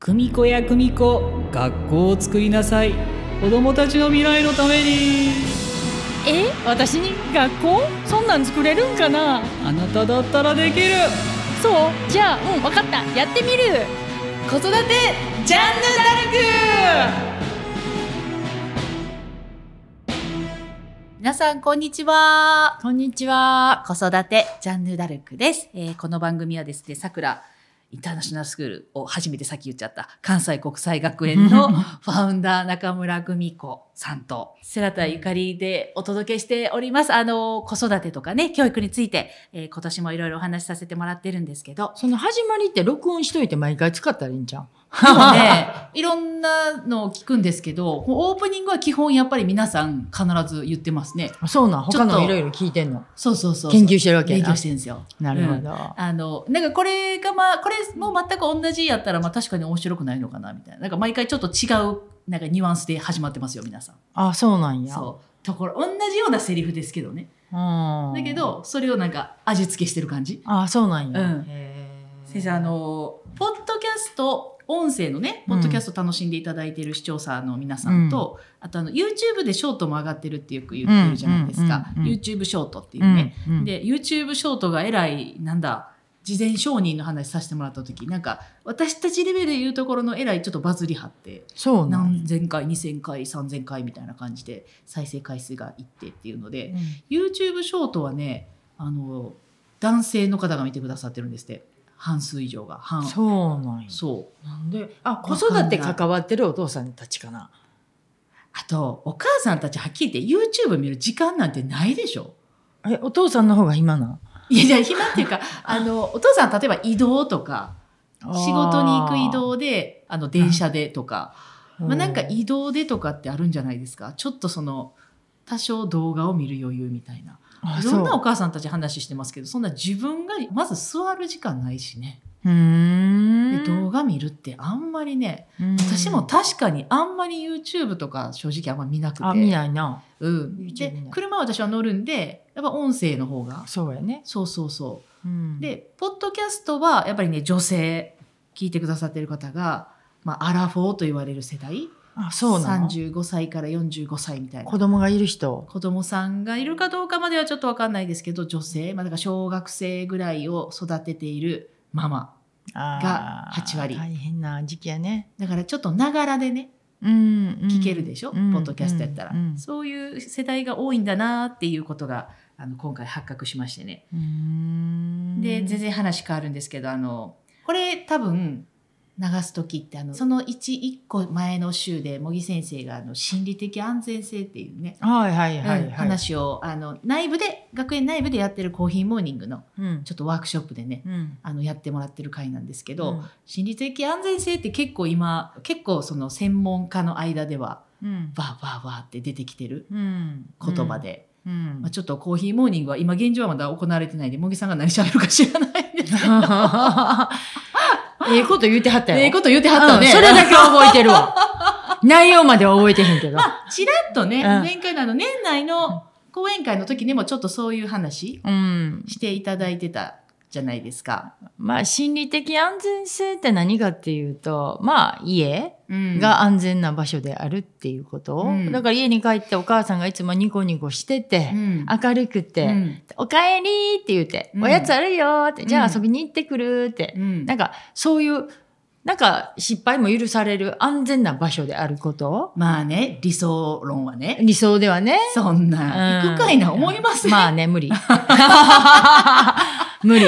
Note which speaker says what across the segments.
Speaker 1: 組子や組子学校を作りなさい子供たちの未来のために
Speaker 2: え私に学校そんなん作れるんかな
Speaker 1: あなただったらできる
Speaker 2: そうじゃあうん分かったやってみる
Speaker 3: 子育てジャンヌ・ダルク皆さん、こんにちは。
Speaker 2: こんにちは
Speaker 3: 子育てジャンヌ・ダルクです。えーこの番組はですね、さくらインターナショナルスクールを初めてさっき言っちゃった関西国際学園 のファウンダー中村久美子さんとセラタゆかりでお届けしております。あの、子育てとかね、教育について、えー今年もいろいろお話しさせてもらってるんですけど、
Speaker 4: その始まりって録音しといて毎回使ったらいいんじゃん。
Speaker 3: でもね、いろんなのを聞くんですけど、オープニングは基本やっぱり皆さん必ず言ってますね。
Speaker 4: あそうなん、
Speaker 3: ちょ
Speaker 4: 他
Speaker 3: っと
Speaker 4: のいろいろ聞いてんの。
Speaker 3: そうそうそうそ
Speaker 4: 研
Speaker 3: う。
Speaker 4: 究してるわけや
Speaker 3: 勉
Speaker 4: な
Speaker 3: 強してるんですよ。
Speaker 4: なるほど。
Speaker 3: うんあの、なんかこれがまあ、これも全く同じやったら、まあ確かに面白くないのかな、みたいな。なんか毎回ちょっと違う、なんかニュアンスで始まってますよ、皆さん。
Speaker 4: あ、そうなんや。
Speaker 3: そう。ところ、同じようなセリフですけどね。
Speaker 4: うん
Speaker 3: だけ。ど、それをなんか味付けしてる感じ。
Speaker 4: あ、そうなんや。
Speaker 3: うん
Speaker 4: へー
Speaker 3: 先生、あ、の、ポッドキャスト、音声のね、ポッドキャスト楽しんでいただいてる視聴者の皆さんと、あとあの、YouTube でショートも上がってるってよく言ってるじゃないですか。
Speaker 4: うんうんうんうん
Speaker 3: YouTube ショートっていう
Speaker 4: う
Speaker 3: ね。
Speaker 4: ん、うん、
Speaker 3: で YouTube ショートがえらいなんだ事前承認の話させてもらった時なんか私たちレベルで言うところのえらいちょっとバズり張って
Speaker 4: そうなんや。
Speaker 3: 何千回2000回3000回みたいな感じで再生回数がいってっていうので YouTube ショートはねあの男性の方が見てくださってるんですって半数以上が
Speaker 4: う
Speaker 3: 半
Speaker 4: んそうなんや。
Speaker 3: そう
Speaker 4: なんで、あ、子育て関わってるお父さんたちかな。
Speaker 3: あとお母さんたちはっきり言って YouTube 見る時間なんてないでしょ
Speaker 4: え、お父さんの方が暇なん
Speaker 3: いやじゃあ暇っていうかあのお父さん例えば移動とか仕事に行く移動であの電車でとか、
Speaker 4: うん
Speaker 3: まあ、なんか移動でとかってあるんじゃないですかちょっとその多少動画を見る余裕みたいな
Speaker 4: あ
Speaker 3: いろんな
Speaker 4: そ
Speaker 3: お母さんたち話してますけどそんな自分がまず座る時間ないしね
Speaker 4: ううー
Speaker 3: で
Speaker 4: ん
Speaker 3: 動画見るってあんまりね
Speaker 4: うん
Speaker 3: 私も確かにあんまり YouTube とか正直あんま見なくて
Speaker 4: あ見ないな
Speaker 3: うん、
Speaker 4: YouTube
Speaker 3: で
Speaker 4: ね
Speaker 3: 車は私は乗るんでやっぱ音声の方が
Speaker 4: そうやね、
Speaker 3: そうそうそ
Speaker 4: う
Speaker 3: う
Speaker 4: ん、
Speaker 3: でポッドキャストはやっぱりね女性聞いてくださってる方が、まあ、アラフォーと言われる世代
Speaker 4: あそうなの
Speaker 3: 35歳から45歳みたいな
Speaker 4: 子供がいる人
Speaker 3: 子供さんがいるかどうかまではちょっと分かんないですけど女性、まあ、だから小学生ぐらいを育てているママ
Speaker 4: が
Speaker 3: 8割
Speaker 4: 大変な時期やね、
Speaker 3: だからちょっとながらでね
Speaker 4: 聞
Speaker 3: 聞けるでしょ、ポッドキャストやったら、そういう世代が多いんだなっていうことがあの今回発覚しましてねで全然話変わるんですけどあのこれ多分流す時ってあのその11個前の週で茂木先生があの心理的安全性っていうね、
Speaker 4: はいはいはい、はい
Speaker 3: うん話をあの内部で学園内部でやってるコーヒーモーニングの
Speaker 4: うん
Speaker 3: ちょっとワークショップでね
Speaker 4: うん
Speaker 3: あのやってもらってる回なんですけど、
Speaker 4: うん
Speaker 3: 心理的安全性って結構今結構その専門家の間では
Speaker 4: うん
Speaker 3: わーわーわーって出てきてる
Speaker 4: うん
Speaker 3: 言葉、で、
Speaker 4: うん
Speaker 3: まあ、ちょっとコーヒーモーニングは今現状はまだ行われてないんで茂木さんが何喋るか知らないんですけど
Speaker 4: ええこと言うてはったよ、
Speaker 3: ええこと言ってはったね。
Speaker 4: うんそれだけは覚えてる わ内容までは覚えてへんけど、
Speaker 3: ちらっとね、
Speaker 4: うん
Speaker 3: 前回のあの年内
Speaker 4: うん
Speaker 3: の講演会の時にもちょっとそういう話
Speaker 4: うん、
Speaker 3: していただいてたじゃないですか。
Speaker 4: まあ心理的安全性って何かっていうとまあ家
Speaker 3: うん
Speaker 4: が安全な場所であるっていうこと、
Speaker 3: うん
Speaker 4: だから家に帰ってお母さんがいつもニコニコしてて、
Speaker 3: うん
Speaker 4: 明るくて、
Speaker 3: うん
Speaker 4: おかえりって言って、
Speaker 3: うん
Speaker 4: おやつあるよーって、じゃ
Speaker 3: う
Speaker 4: あ
Speaker 3: ん
Speaker 4: 遊びに行ってくるって、
Speaker 3: うん
Speaker 4: なんかそういう、なんか失敗も許される安全な場所であること、
Speaker 3: まあね、理想論はね、
Speaker 4: 理想ではね。
Speaker 3: そんな、
Speaker 4: うん
Speaker 3: 行くかいな思います、
Speaker 4: まあね、 無理。無理。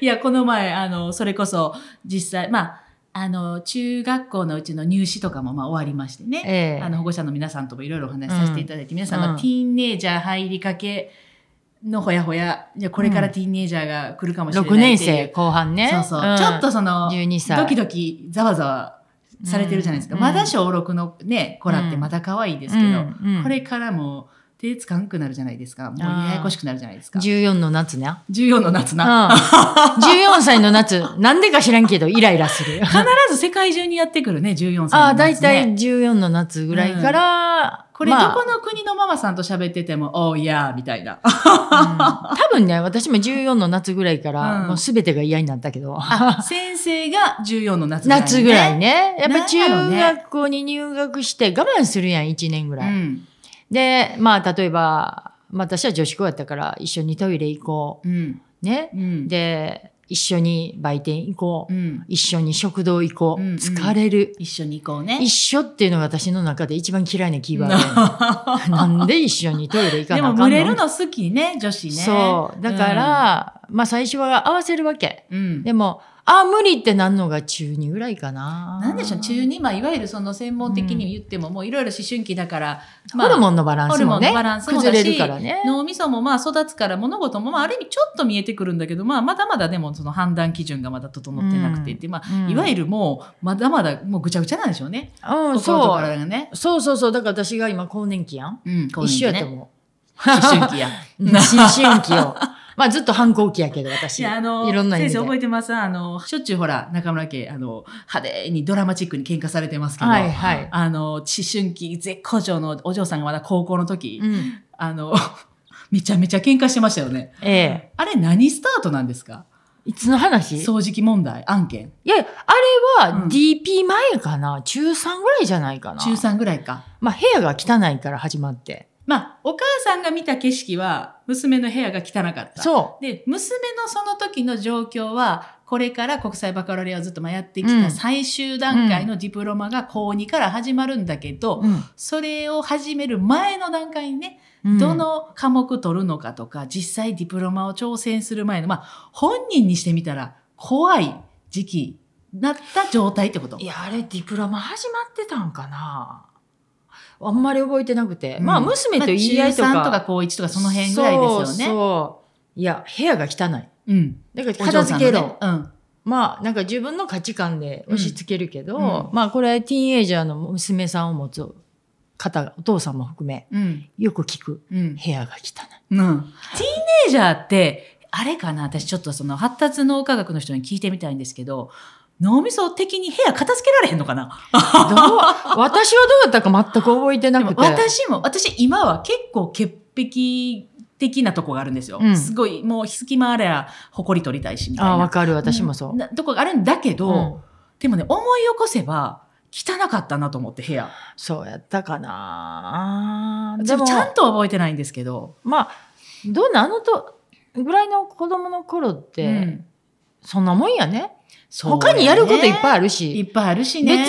Speaker 3: いや、この前、あの、それこそ実際、まあ、あの、中学校のうちの入試とかもまあ終わりましてね。
Speaker 4: ええ
Speaker 3: あの保護者の皆さんともいろいろお話しさせていただいて、皆さん
Speaker 4: う
Speaker 3: が
Speaker 4: ん
Speaker 3: ティーンネイジャー入りかけのほやほや、じゃあこれからティーンネイジャーが来るかもしれない
Speaker 4: 6
Speaker 3: っていう。
Speaker 4: 年生後半ね。
Speaker 3: そうそう、
Speaker 4: ん
Speaker 3: ちょっとその、
Speaker 4: 12歳。
Speaker 3: ドキドキざわざわされてるじゃないですか。
Speaker 4: うん
Speaker 3: まだ小6のね、子らってまだ可愛いですけど、
Speaker 4: うんうん
Speaker 3: これからも手つかんくなるじゃないですか。もう
Speaker 4: あー
Speaker 3: ややこしくなるじゃないですか。
Speaker 4: 14の夏ね。
Speaker 3: 14の夏
Speaker 4: うん。
Speaker 3: な。
Speaker 4: 14歳の夏、なんでか知らんけど、イライラする。
Speaker 3: 必ず世界中にやってくるね、14歳の夏、ね。
Speaker 4: ああ、だいたい14の夏ぐらいから、
Speaker 3: これ、ど
Speaker 4: まあ
Speaker 3: この国のママさんと喋ってても、おう、いやー、みたいな。
Speaker 4: うん多分ね、私も14の夏ぐらいから、
Speaker 3: うん
Speaker 4: もうすべてが嫌になったけど。
Speaker 3: 先生が14の夏ぐらい、
Speaker 4: 夏ぐらい。ね。やっぱ
Speaker 3: なん
Speaker 4: 中
Speaker 3: やろ
Speaker 4: 学校に入学して我慢するやん、1年ぐ
Speaker 3: う
Speaker 4: らい。
Speaker 3: ん。
Speaker 4: で、まあ、例えば、まあ私は女子校やったから、一緒にトイレ行こ
Speaker 3: うん。
Speaker 4: う。ね
Speaker 3: う。ん。
Speaker 4: で、一緒に売店行こう
Speaker 3: う。ん。
Speaker 4: 一緒に食堂行こう。
Speaker 3: うんうん
Speaker 4: 疲れる。
Speaker 3: 一緒に行こうね。
Speaker 4: 一緒っていうのが私の中で一番嫌いなキーワ ードやねんなんで一緒にトイレ行か
Speaker 3: で
Speaker 4: なあ
Speaker 3: も、
Speaker 4: かんの
Speaker 3: 群れるの好きね、女子ね。
Speaker 4: そう。だから、まあ最初は合わせるわけ。
Speaker 3: うん。うん。
Speaker 4: でも、あ、無理ってなんのが中2ぐらいかな。
Speaker 3: なんでしょう中二まあいわゆるその専門的に言っても、もういろいろ思春期だから、まあ
Speaker 4: ホルモンのバラン
Speaker 3: ホ
Speaker 4: ス
Speaker 3: ルモ
Speaker 4: も
Speaker 3: ンの
Speaker 4: ね
Speaker 3: バ。ランスもだ
Speaker 4: 崩れ
Speaker 3: し、
Speaker 4: るからね。
Speaker 3: 脳みそもまあ育つから物事もまあある意味ちょっと見えてくるんだけど、まあ、まだまだでもその判断基準がまだ整ってなくてって、まあ、いわゆ
Speaker 4: る、
Speaker 3: るもうまだまだもうぐちゃぐちゃなんでしょうね。
Speaker 4: うん、
Speaker 3: 心と
Speaker 4: そ
Speaker 3: 体
Speaker 4: う。
Speaker 3: がね。
Speaker 4: そうそうそう。だから私が今、更年期やん。
Speaker 3: うん、こういうのね
Speaker 4: 一緒やと思う。
Speaker 3: 思春期や。
Speaker 4: うん新春期を。まあずっと反抗期やけど、私。
Speaker 3: いやあの
Speaker 4: いろんな意味
Speaker 3: 先
Speaker 4: で
Speaker 3: 生覚えてますあのしょっちゅうほら中村家あの派手にドラマチックに喧嘩されてますけど、
Speaker 4: はいはい。
Speaker 3: あの思春期絶好調のお嬢さんがまだ高校の時、
Speaker 4: うん。
Speaker 3: あの めちゃめちゃ喧嘩してましたよね。
Speaker 4: ええ。
Speaker 3: あれ何スタートなんですか
Speaker 4: いつの話
Speaker 3: 掃除機問題案件
Speaker 4: いや、あれ
Speaker 3: う
Speaker 4: は
Speaker 3: ん
Speaker 4: DP 前かな、中3ぐらいじゃないかな。
Speaker 3: 中3ぐらいか。
Speaker 4: まあ部屋が汚いから始まって。
Speaker 3: まあお母さんが見た景色は娘の部屋が汚かった。
Speaker 4: そ
Speaker 3: で娘のその時の状況はこれから国際バカロレアをずっとまあやってき
Speaker 4: う
Speaker 3: た
Speaker 4: ん
Speaker 3: 最終段階のディプロマが高2から始まるんだけど、
Speaker 4: う。うん
Speaker 3: それを始める前の段階にね、ど、の科目取るのかとか実際ディプロマを挑戦する前のまあ本人にしてみたら怖い時期だった状態ってこと
Speaker 4: い。や、あれディプロマ始まってたんかな。あんまり覚えてなくて。
Speaker 3: うん
Speaker 4: まあ娘と言い合いとか。
Speaker 3: まあ、中3とか高1とかその辺ぐらいですよね。
Speaker 4: そうそう。いや、部屋が汚い。
Speaker 3: うん。
Speaker 4: だから片付けろ。
Speaker 3: お嬢さんのね
Speaker 4: まあなんか自分の価値観で押し付けるけど、
Speaker 3: うんうん
Speaker 4: まあこれティーンエイジャーの娘さんを持つ方がお父さんも含め
Speaker 3: うん。
Speaker 4: よく聞く
Speaker 3: うん。
Speaker 4: 部屋が汚い。
Speaker 3: うん。うん。ティーンエイジャーって、あれかな私ちょっとその発達脳科学の人に聞いてみたいんですけど、脳みそ的に部屋片付けられへんのかな
Speaker 4: どう 私はどうだったか全く覚えてな
Speaker 3: で
Speaker 4: く
Speaker 3: も
Speaker 4: て。
Speaker 3: 私も、私今は結構潔癖的なとこがあるんですよ。
Speaker 4: うん
Speaker 3: すごい、もう隙間あれや、埃取りたいしみたいな。
Speaker 4: あわかる私もそう。
Speaker 3: なとこがあるんだけど、
Speaker 4: うん
Speaker 3: でもね、思い起こせば、汚かったなと思って部屋。
Speaker 4: そうやったかな。
Speaker 3: で
Speaker 4: で
Speaker 3: も
Speaker 4: も
Speaker 3: ちゃんとは覚えてないんですけど。
Speaker 4: まあどうなあのとぐらいの子供の頃って、
Speaker 3: うん
Speaker 4: そんなもんやね。
Speaker 3: そう
Speaker 4: 他にやることいっぱい
Speaker 3: い。
Speaker 4: ある
Speaker 3: い
Speaker 4: し、
Speaker 3: っぱいあるしね。
Speaker 4: 別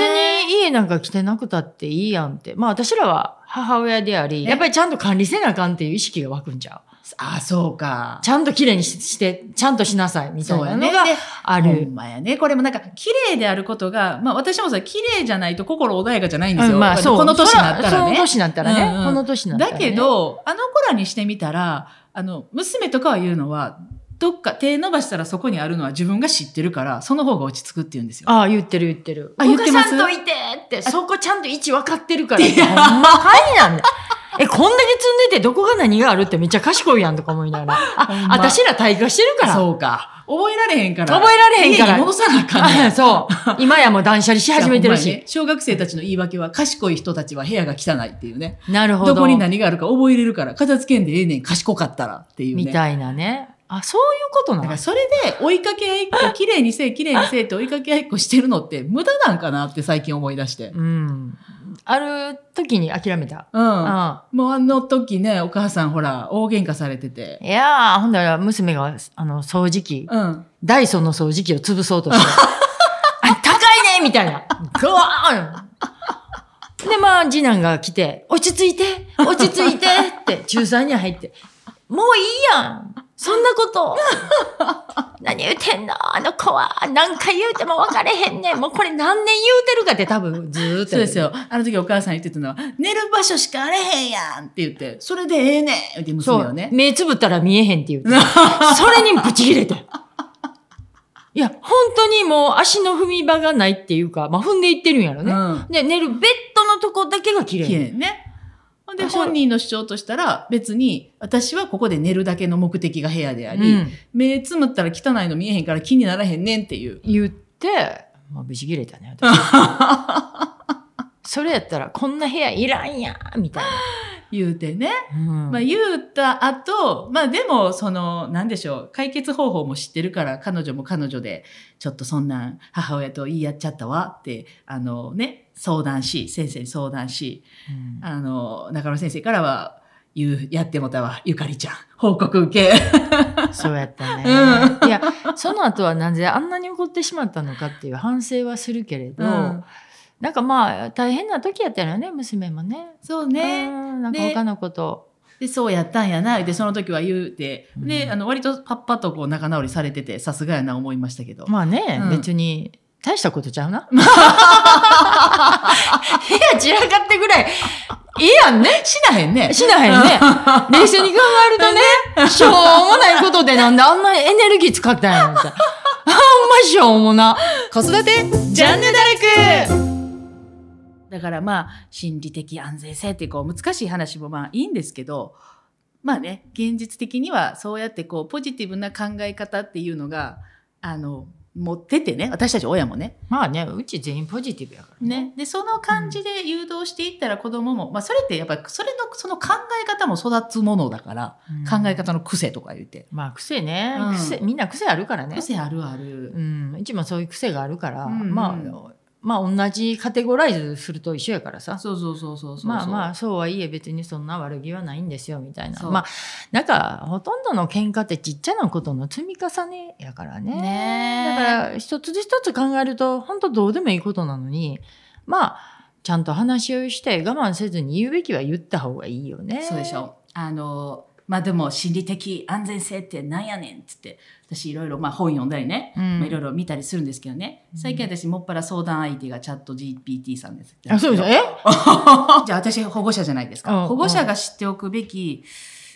Speaker 4: に家なんか来てなくたっていいやんって。まあ私らは母親であり、
Speaker 3: ね
Speaker 4: やっぱりちゃんと管理せなあかんっていう意識が湧くんちゃう。
Speaker 3: あ、そうか。
Speaker 4: ちゃんと綺麗にしして、ちゃんとしなさいみたい
Speaker 3: そう
Speaker 4: な
Speaker 3: や
Speaker 4: の
Speaker 3: ね。
Speaker 4: が
Speaker 3: で
Speaker 4: あ
Speaker 3: ほ
Speaker 4: る。
Speaker 3: んまやね。これもなんか、綺麗であることが、まあ私もさ、綺麗じゃないと心穏やかじゃないんですよ。
Speaker 4: うんまあそう。
Speaker 3: この年になった
Speaker 4: そ
Speaker 3: ら
Speaker 4: らその
Speaker 3: ね。
Speaker 4: 年になったらね。
Speaker 3: うんうん
Speaker 4: この年になったら、
Speaker 3: だ
Speaker 4: ね。
Speaker 3: け、ど、あの子らにしてみたら、あの、娘とかは言うのは、どっか手伸ばしたらそこにあるのは自分が知ってるから、その方が落ち着くって言うんですよ。
Speaker 4: ああ、言ってる言ってる。
Speaker 3: あ言ってます
Speaker 4: ここちゃんといてって、そこちゃんと位置分かってるからって。ほんまかいなんだ。 え、こんだけ積んでてどこが何があるってめっちゃ賢いやんとか思いながら。
Speaker 3: ほん
Speaker 4: あ、
Speaker 3: ま
Speaker 4: 私ら退化してるから。
Speaker 3: そうか。覚えられへんから。
Speaker 4: 覚えられへんから
Speaker 3: 家に戻さなあかんね
Speaker 4: あ
Speaker 3: ん。
Speaker 4: そう。今やもう断捨離し始めてる
Speaker 3: いや。ほんまや
Speaker 4: し
Speaker 3: ね。小学生たちの言い訳は、賢い人たちは部屋が汚いっていうね。
Speaker 4: なるほど。
Speaker 3: どこに何があるか覚えれるから、片付けんでええねん、賢かったらっていうね。
Speaker 4: みたいなね。あ、そういうことな
Speaker 3: だから
Speaker 4: の
Speaker 3: それで追いかけ合いっこ、綺麗にせえ、綺麗にせえって追いかけ合いっこしてるのって無駄なんかなって最近思い出して。
Speaker 4: うん。ある時に諦めた。
Speaker 3: う
Speaker 4: うん。
Speaker 3: ん。もうあの時ね、お母さんほら、大喧嘩されてて。
Speaker 4: いやー、ほんだら娘が、あの、掃除機、
Speaker 3: うん。
Speaker 4: ダイソンの掃除機を潰そう として。あ高いねみたいな。ぐわーんで、まあ、次男が来て、落ち着いて落ち着いてって、中3に入って、もういいやんそんなこと何言うてんのあの子は何回言うても分かれへんねんもうこれ何年言うてるかって多分ずーっと。
Speaker 3: そうです。よ。あの時お母さん言ってたのは、寝る場所しかあれへんやんって言って、それでええねんって
Speaker 4: そ
Speaker 3: 娘を
Speaker 4: う。
Speaker 3: ね。
Speaker 4: 目つぶったら見えへんっていう。 それにブチ切れて。いや、本当にもう足の踏み場がないっていうか、まあ踏んでいってるんやろ
Speaker 3: う
Speaker 4: ね。
Speaker 3: ん。
Speaker 4: で、寝るベッドのとこだけが綺
Speaker 3: 綺
Speaker 4: 麗。
Speaker 3: 麗ね。ほんで、本人の主張としたら、別に、私はここで寝るだけの目的が部屋であり、
Speaker 4: うん
Speaker 3: 目つむったら汚いの見えへんから気にならへんねんっていう。
Speaker 4: 言って、まあ、無事切れたね、 私。それやったら、こんな部屋いらんやみたい
Speaker 3: 言うてね。
Speaker 4: な。うん
Speaker 3: まあ、言うた後、まあ、でも、その、なんでしょう、解決方法も知ってるから、彼女も彼女で、ちょっとそんなん、母親と言い合っちゃったわって、あのね、相談し、先生に相談し、
Speaker 4: うん
Speaker 3: あの、中野先生からは、言う、やってもたわ、ゆかりちゃん、報告受け。
Speaker 4: そうやったね。
Speaker 3: う
Speaker 4: いや、その後はなぜあんなに怒ってしまったのかっていう反省はするけれど、
Speaker 3: うん
Speaker 4: なんかまあ、大変な時やったよね、娘もね。
Speaker 3: そうね。
Speaker 4: うんなんか
Speaker 3: ね
Speaker 4: 他のこと。
Speaker 3: で、そうやったんやな、で、その時は言うて、
Speaker 4: うん
Speaker 3: で、あの、割とパッパとこう仲直りされてて、さすがやな思いましたけど。
Speaker 4: まあね、
Speaker 3: うん
Speaker 4: 別に、大したことちゃうな。部屋散らかってぐらい、いいやんね。
Speaker 3: しなへんね。
Speaker 4: しないね。冷静に考えるとね、しょうもないことでなんであんなエネルギー使ったんやろって。あんましょうもな。
Speaker 2: 子育てジャンヌダルク
Speaker 3: だからまあ心理的安全性ってこう難しい話もまあいいんですけどまあね現実的にはそうやってこうポジティブな考え方っていうのがあの持っててね私たち親もね
Speaker 4: まあね、うち全員ポジティブやから。
Speaker 3: ねでその感じで誘導していったら子供も、まあそれってやっぱりそれのその考え方も育つものだから、考え。方の癖とか言って
Speaker 4: まあ癖ね、
Speaker 3: うん
Speaker 4: 癖、みんな癖あるからね。
Speaker 3: 癖あるある
Speaker 4: う、ん、うちもそういう癖があるから、
Speaker 3: うんうん
Speaker 4: まあ、まあ同じカテゴライズすると一緒やからさ。
Speaker 3: そうそうそうそうそう
Speaker 4: まあまあそうはいえ別にそんな悪気はないんですよみたいな
Speaker 3: そう
Speaker 4: まあなんかほとんどの喧嘩ってちっちゃなことの積み重ねやからねだ
Speaker 3: ね
Speaker 4: から一つ一つ考えると本当どうでもいいことなのにまあちゃんと話し合いをして我慢せずに言うべきは言った方がいいよね
Speaker 3: そうでしょ。あの、まあでも心理的安全性ってなんやねんっつって、私いろいろまあ本読んだりね、
Speaker 4: うん
Speaker 3: まあいろいろ見たりするんですけどね、最近私もっぱら相談相手がチャット GPT さんです。
Speaker 4: あそうでしょえ
Speaker 3: じゃあ私保護者じゃないです
Speaker 4: うん
Speaker 3: か。保護者が知っておくべき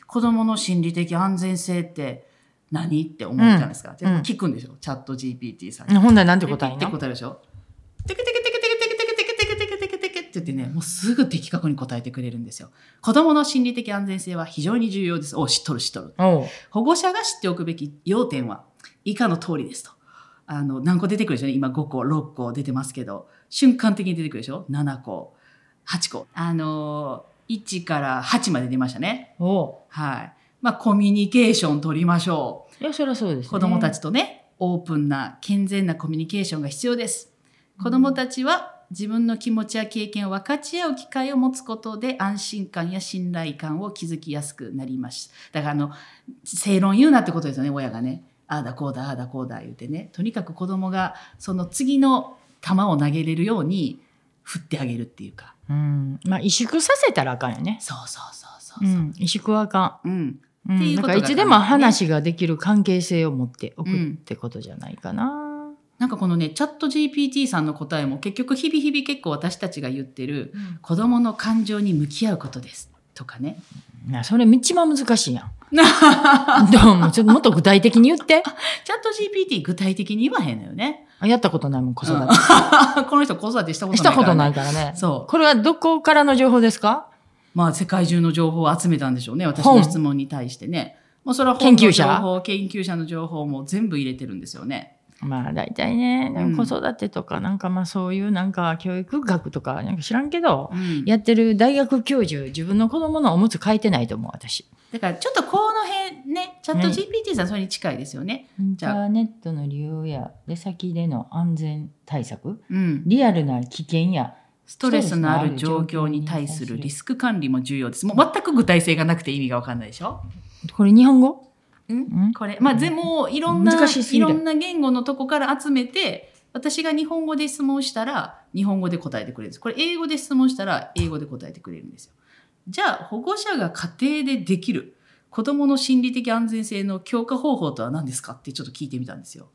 Speaker 3: 子供の心理的安全性って何って思うじゃないですか。じゃあ聞くんですよ、チャット GPT さんに。
Speaker 4: 本来なんて
Speaker 3: って
Speaker 4: 答え
Speaker 3: って
Speaker 4: な
Speaker 3: 答えるでしょテケテケテケテケテケテケテケテケテケテケって言ってね、もうすぐ的確に答えてくれるんですよ。子供の心理的安全性は非常に重要です。お、知っとる知っとる。
Speaker 4: おう
Speaker 3: 保護者が知っておくべき要点は以下の通りですと。あの、何個出てくるでしょうね。今5個、6個出てますけど、瞬間的に出てくるでしょ ?7 個、8個。あのー、1から8まで出ましたね。
Speaker 4: おう
Speaker 3: はい。まあ、コミュニケーション取りましょう。
Speaker 4: いやそりゃそうです、ね、
Speaker 3: 子どもたちとねオープンな健全なコミュニケーションが必要です子どもたちは自分の気持ちや経験を分かち合う機会を持つことで安心感や信頼感を築きやすくなりましただからあの正論言うなってことですよね親がねああだこうだああだこうだ言うてねとにかく子どもがその次の球を投げれるように振ってあげるっていうか
Speaker 4: うんまあ萎縮させたらあかんよね
Speaker 3: そうそうそうそううそう、
Speaker 4: ん萎縮はあかん
Speaker 3: うん
Speaker 4: うん
Speaker 3: っていう
Speaker 4: なん
Speaker 3: こと
Speaker 4: か
Speaker 3: が
Speaker 4: いつでも話ができる関係性を持っておくってことじゃないかな。
Speaker 3: なんかこのねチャット GPT さんの答えも結局日々日々結構私たちが言ってる子供の感情に向き合うことですとかね。
Speaker 4: いやそれ一番難しい やん。でもちょっともっと具体的に言って。
Speaker 3: チャット GPT 具体的に言わへんのよね。
Speaker 4: やったことないもん子育て。
Speaker 3: この人子育てしたことない、。
Speaker 4: したことないいからね。
Speaker 3: そう。
Speaker 4: これはどこからの情報ですか
Speaker 3: まあ世界中の情報を集めたんでしょうね。私の質問に対してね。もうそれは本の
Speaker 4: 研究者
Speaker 3: 情報、研究者の情報も全部入れてるんですよね。
Speaker 4: まあ大体ね、
Speaker 3: うん
Speaker 4: 子育てとかなんかまあそういうなんか教育学とかなんか知らんけど、
Speaker 3: うん
Speaker 4: やってる大学教授、自分の子供のおむつ変えてないと思う私。
Speaker 3: だからちょっとこの辺ね、チャット GPT さんそれに近いですよね。
Speaker 4: インタ
Speaker 3: じゃあ
Speaker 4: ーネットの利用や出先での安全対策、
Speaker 3: うん。
Speaker 4: リアルな危険や
Speaker 3: ストレスのある状況に対するリスク管理も重要です。もう全く具体性がなくて意味がわかんないでしょ
Speaker 4: これ日本語
Speaker 3: んこれ、まあ、でも、いろんな、
Speaker 4: 難しすぎ
Speaker 3: い
Speaker 4: る
Speaker 3: ろんな言語のとこから集めて、私が日本語で質問したら、日本語で答えてくれるんです。これ、英語で質問したら、英語で答えてくれるんですよ。じゃあ、保護者が家庭でできる、子供の心理的安全性の強化方法とは何ですかってちょっと聞いてみたんですよ。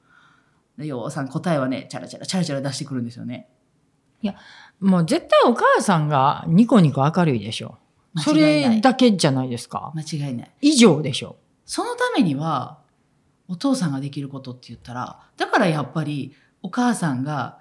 Speaker 3: でようさん、答えはね、チャラチャラ、チャラチャラ出してくるんですよね。
Speaker 4: もう絶対お母さんがニコニコ明るいでしょ。そ
Speaker 3: 間違いな
Speaker 4: れ
Speaker 3: い。
Speaker 4: だけじゃないですか。
Speaker 3: 間違いない。
Speaker 4: 以上でしょ。
Speaker 3: そのためにはお父さんができることって言ったらだからやっぱりお母さんが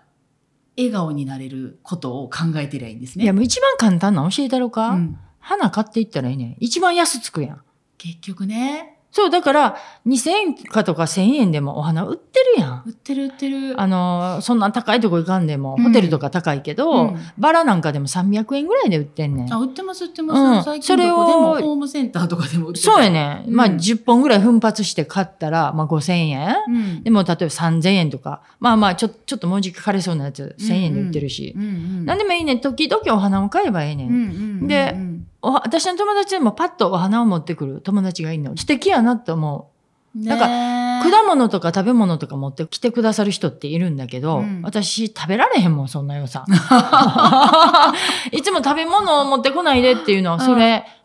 Speaker 3: 笑顔になれることを考えてりゃいいんですね。
Speaker 4: いやもう一番簡単なの教えたろか、
Speaker 3: うん
Speaker 4: 花買っていったらいいねん。一番安つくやん。
Speaker 3: 結局ね、
Speaker 4: そう、だから、2000円かとか1000円でもお花売ってるやん。
Speaker 3: 売ってる売ってる。
Speaker 4: あの、そんな高いとこ行かんでも、
Speaker 3: うん
Speaker 4: ホテルとか高いけど、
Speaker 3: うん
Speaker 4: バラなんかでも300円ぐらいで売ってんねん。
Speaker 3: あ売ってます売ってます、
Speaker 4: うん
Speaker 3: 最近
Speaker 4: それ
Speaker 3: ど
Speaker 4: を
Speaker 3: こでもホームセンターとかでも売ってた
Speaker 4: そうや、ね。まあ、
Speaker 3: うん
Speaker 4: 10本ぐらい奮発して買ったら、まあ5000円
Speaker 3: うん、
Speaker 4: でも、例えば3000円とか、まあまあ、ちょ、ちょっともうじき枯れそうなやつ、1000円で売ってるし。
Speaker 3: うんうん
Speaker 4: なんでもいいねん。時々お花を買えばいいねん。
Speaker 3: うんうんうんうん
Speaker 4: でおは私の友達でもパッとお花を持ってくる友達がいるの。素敵やなって思
Speaker 3: ね
Speaker 4: なんう。果物とか食べ物とか持ってきてくださる人っているんだけど、
Speaker 3: うん
Speaker 4: 私食べられへんもん、そんな良 さ。 いつも食べ物を持ってこないでっていうのはそれ。
Speaker 3: うん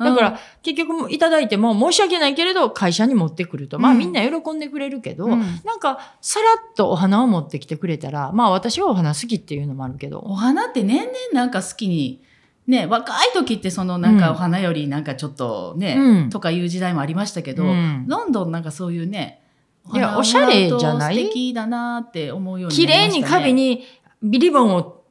Speaker 4: だか
Speaker 3: うん
Speaker 4: ら結局いただいても申し訳ないけれど会社に持ってくると。まあ
Speaker 3: うん
Speaker 4: みんな喜んでくれるけど、
Speaker 3: うん
Speaker 4: なんかさらっとお花を持ってきてくれたら、まあ私はお花好きっていうのもあるけど。
Speaker 3: お花って年々なんか好きにね若い時ってそのなん
Speaker 4: う
Speaker 3: か
Speaker 4: ん
Speaker 3: お花よりなんかちょっとね、
Speaker 4: うん
Speaker 3: とかいう時代もありましたけど、
Speaker 4: うん
Speaker 3: どんどんなんかそういうね
Speaker 4: いや
Speaker 3: 花を
Speaker 4: おしゃれじゃない
Speaker 3: もらうと素敵だなって思うように
Speaker 4: 綺
Speaker 3: な
Speaker 4: 麗
Speaker 3: りましたね
Speaker 4: に壁にリボンを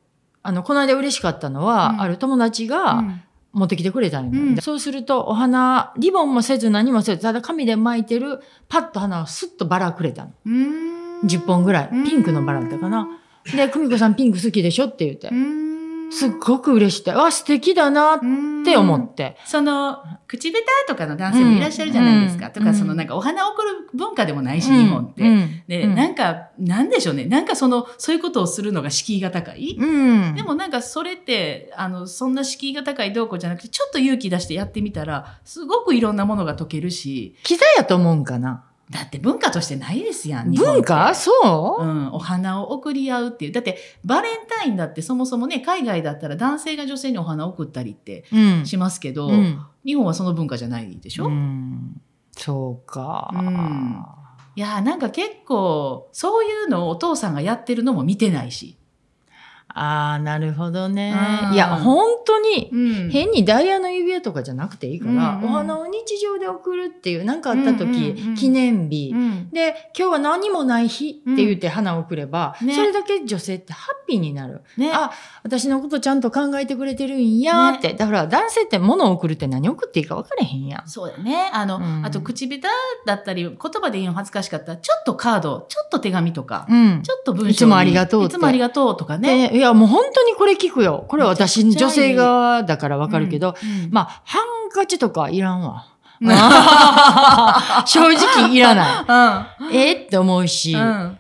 Speaker 4: あのこの間嬉しかったのは、
Speaker 3: うん
Speaker 4: ある友達
Speaker 3: う
Speaker 4: が
Speaker 3: ん
Speaker 4: 持ってきてくれたんよ
Speaker 3: うん
Speaker 4: でそうするとお花リボンもせず何もせずただ紙で巻いてるパッと花をスッとバラくれたの
Speaker 3: うーん
Speaker 4: 10本ぐらいピンクのバラだったかなで「久美子さんピンク好きでしょ?」って言って
Speaker 3: うーん
Speaker 4: すっごく嬉しくて「わ素敵だな」っ
Speaker 3: って
Speaker 4: 思って
Speaker 3: その口下手とかの男性もいらっしゃるじゃないですか、
Speaker 4: うん
Speaker 3: とか、
Speaker 4: うん
Speaker 3: そのなんかお花を贈る文化でもないし、
Speaker 4: うん
Speaker 3: 日本って、
Speaker 4: うん
Speaker 3: で、
Speaker 4: うん
Speaker 3: なんかなんでしょうねなんかそのそういうことをするのが敷居が高い、
Speaker 4: うん
Speaker 3: でもなんかそれってあのそんな敷居が高いどうこうじゃなくてちょっと勇気出してやってみたらすごくいろんなものが解けるし
Speaker 4: キザやと思うんかな
Speaker 3: だって文化としてないですやん日本って
Speaker 4: 文化そう
Speaker 3: う、ん、お花を贈り合うっていうだってバレンタインだってそもそもね海外だったら男性が女性にお花を贈ったりって
Speaker 4: うん
Speaker 3: しますけど、
Speaker 4: うん
Speaker 3: 日本はその文化じゃないでしょ、
Speaker 4: うんそうか、
Speaker 3: うんいやーなんか結構そういうのをお父さんがやってるのも見てないし、
Speaker 4: ああ、なるほどね
Speaker 3: う。ん
Speaker 4: いや、本当に、
Speaker 3: うん
Speaker 4: 変にダイヤの指輪とかじゃなくていいから、
Speaker 3: うんうん
Speaker 4: お花を日常で送るっていう、なんかあった時、
Speaker 3: うんうんうん
Speaker 4: 記念日、
Speaker 3: うん
Speaker 4: で、今日は何もない日って言って花を送れば、
Speaker 3: うんね
Speaker 4: それだけ女性ってハッピーになる。
Speaker 3: ね
Speaker 4: あ私のことちゃんと考えてくれてるんやーって。だから男性って物を送るって何送っていいか分からへんやん。
Speaker 3: そうだねあの、
Speaker 4: うん
Speaker 3: あと口下手だったり言葉で言うの恥ずかしかったらちょっとカードちょっと手紙とか、
Speaker 4: うん。
Speaker 3: ちょっと文章に
Speaker 4: いつもありがとうっ
Speaker 3: い
Speaker 4: て
Speaker 3: つもありがとうとかね。
Speaker 4: でいや、もう本当にこれ聞くよ。これ私、
Speaker 3: めちゃ
Speaker 4: 女
Speaker 3: くちゃいい
Speaker 4: 性側だから分かるけど、
Speaker 3: うん
Speaker 4: まあ、ハンカチとかいらんわ。
Speaker 3: うん
Speaker 4: 正直いらな
Speaker 3: あ
Speaker 4: い。 えーって思うし、
Speaker 3: うんうん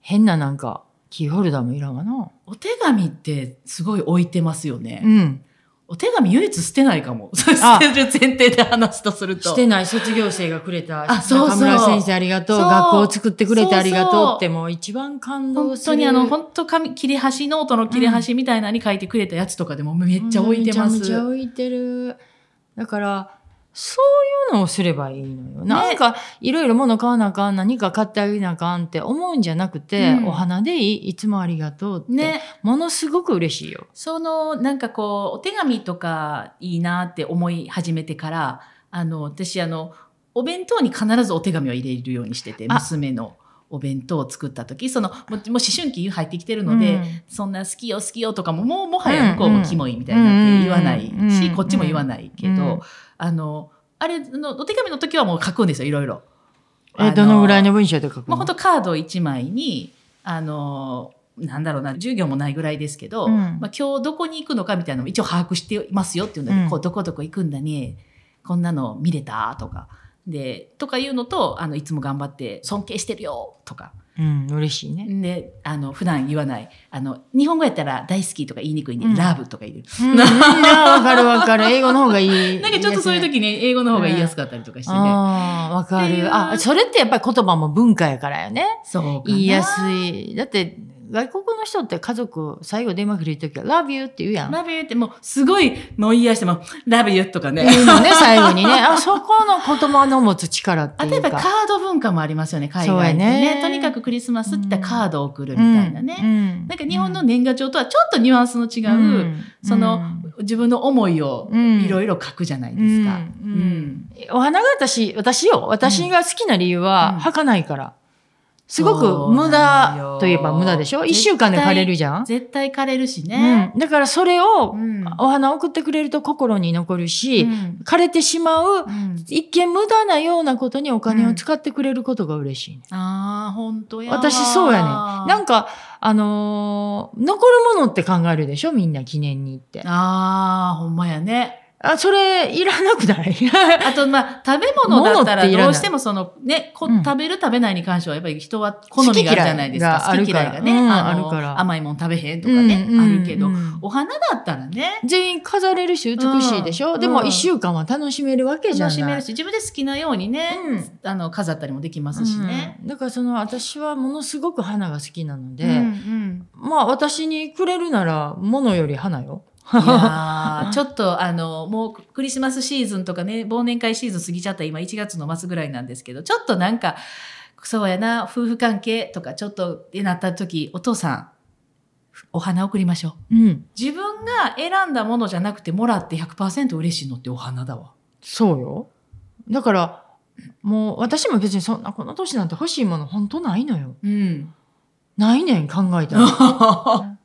Speaker 4: 変ななんか、キーホルダーもいらんわな。
Speaker 3: お手紙ってすごい置いてますよね。
Speaker 4: うん。
Speaker 3: お手紙唯一捨てないか も。捨
Speaker 4: あ
Speaker 3: てる前提で話すとすると。
Speaker 4: してない卒業生がくれた、
Speaker 3: あそうそう
Speaker 4: 中村先生ありがとう、
Speaker 3: そう
Speaker 4: 学校を作ってくれてありが
Speaker 3: そう
Speaker 4: と
Speaker 3: そう
Speaker 4: うって、もう一番感動
Speaker 3: 本
Speaker 4: する。
Speaker 3: 当にあの、本当紙、切れ端、ノートの切れ端みたいなのに書いてくれたやつとかでもめっちゃ置いてます。
Speaker 4: めちゃめちゃ置いてる。だから、そういうのをすればいいのよ。なんか、いろいろ物買わなあかん、何か買ってあげなあかんって思うんじゃなくて、
Speaker 3: うん
Speaker 4: お花でいい、いつもありがとうって、
Speaker 3: ね、
Speaker 4: ものすごく嬉しいよ。
Speaker 3: そのなんかこうお手紙とかいいなって思い始めてからあの私あのお弁当に必ずお手紙を入れるようにしてて
Speaker 4: あ
Speaker 3: 娘のお弁当を作った時そのもうもう思春期入ってきてるので、
Speaker 4: うん
Speaker 3: そんな好きよ好きよとかももうもはや向こう
Speaker 4: うん
Speaker 3: も
Speaker 4: うん
Speaker 3: キモいみたいになって言わないし、
Speaker 4: うんうん
Speaker 3: こっちも言わないけど、
Speaker 4: うん
Speaker 3: あのあれのお手紙の時はもう書くんですよいろいろ。あ
Speaker 4: え、どのぐらいの文章で書くの
Speaker 3: まあ、本当カード1枚にあのなんだろうな10行もないぐらいですけど、
Speaker 4: うん
Speaker 3: まあ、今日どこに行くのかみたいなのも一応把握していますよっていうので、
Speaker 4: うん
Speaker 3: こうどこどこ行くんだねこんなの見れたとかでとかいうのとあのいつも頑張って尊敬してるよとか
Speaker 4: うん、嬉しいね。
Speaker 3: であの普段言わないあの日本語やったら大好きとか言いにくいね、
Speaker 4: うん
Speaker 3: ラブとか言える
Speaker 4: うん、うんわかるわかる。英語の方がいい。
Speaker 3: なんかちょっとそういう
Speaker 4: ね
Speaker 3: 時ね英語の方が言いやすかったりとかしてね、
Speaker 4: ああ、わか
Speaker 3: っていう
Speaker 4: る。あ、それってやっぱり言葉も文化やからよね。
Speaker 3: そうかな
Speaker 4: 言いやすい。だって、外国の人って家族、最後電話くれるときは、love you って言うやん。
Speaker 3: ラブユーってもうすごいもう言いやしてもラブユーとかね
Speaker 4: 言うの ね、最後にね。あ、そこの言葉の持つ力って
Speaker 3: あ
Speaker 4: い
Speaker 3: とや
Speaker 4: う
Speaker 3: っぱ
Speaker 4: か。
Speaker 3: カード文化もありますよね、海外って
Speaker 4: そうや
Speaker 3: ね。
Speaker 4: ね
Speaker 3: とにかくクリスマスって言ったらカードを送るみたいなね。
Speaker 4: うん
Speaker 3: なんか日本の年賀状とはちょっとニュアンスの違う、
Speaker 4: うん
Speaker 3: その自分の思いを
Speaker 4: うん
Speaker 3: いろいろ書くじゃないですか。
Speaker 4: うんうんお花が私、私よ。私が好きな理由は、
Speaker 3: うん
Speaker 4: 儚いから。すごく無
Speaker 3: そうなの
Speaker 4: 駄
Speaker 3: よ
Speaker 4: といえば無駄でしょ一週間で枯れるじゃん、
Speaker 3: 絶対枯れるしね。
Speaker 4: うん、だからそれを
Speaker 3: うん
Speaker 4: お花送ってくれると心に残るし、
Speaker 3: うん
Speaker 4: 枯れてしまう
Speaker 3: うん
Speaker 4: 一見無駄なようなことにお金を使ってくれることが嬉しいね、
Speaker 3: ああ、本当やわ。
Speaker 4: 私そうやねんなんかあのー残るものって考えるでしょみんな記念に行って
Speaker 3: ああ、ほんまやね。
Speaker 4: あそれいらなくない
Speaker 3: あ と、まあ、食べ物だった
Speaker 4: 物っ
Speaker 3: ら
Speaker 4: ていらない
Speaker 3: どうしてもその、ね、こ
Speaker 4: うん
Speaker 3: 食べる食べないに関しては、やっぱり人は好みがあるじゃないですか。好
Speaker 4: 好
Speaker 3: き
Speaker 4: き嫌
Speaker 3: 嫌
Speaker 4: い
Speaker 3: いが
Speaker 4: が
Speaker 3: ね、
Speaker 4: あ
Speaker 3: あ
Speaker 4: るからうんある
Speaker 3: の
Speaker 4: から
Speaker 3: 甘いもん食べへんとかね、
Speaker 4: うんうん
Speaker 3: あるけど、
Speaker 4: うん
Speaker 3: お花だったらね、
Speaker 4: 全員飾れるし美しいでしょ、
Speaker 3: うん
Speaker 4: で
Speaker 3: う
Speaker 4: も
Speaker 3: ん
Speaker 4: 一週間は楽しめるわけじゃな
Speaker 3: 楽
Speaker 4: い
Speaker 3: しめるし、自分で好きなようにね、
Speaker 4: うん
Speaker 3: あの、飾ったりもできますしね。
Speaker 4: うんだからその私はものすごく花が好きなので、
Speaker 3: うんうん
Speaker 4: まあ私にくれるなら物より花よ。
Speaker 3: いやーちょっとあの、もうクリスマスシーズンとかね、忘年会シーズン過ぎちゃった今1月の末ぐらいなんですけど、ちょっとなんか、そうやな、夫婦関係とかちょっとってなった時、お父さん、お花送りましょう。
Speaker 4: うん、
Speaker 3: 自分が選んだものじゃなくてもらって100%嬉しいのってお花だわ。
Speaker 4: そうよ。だからもう私も別にそんなこの年なんて欲しいもの本当ないのよ。
Speaker 3: うん。
Speaker 4: ないねん考えたら。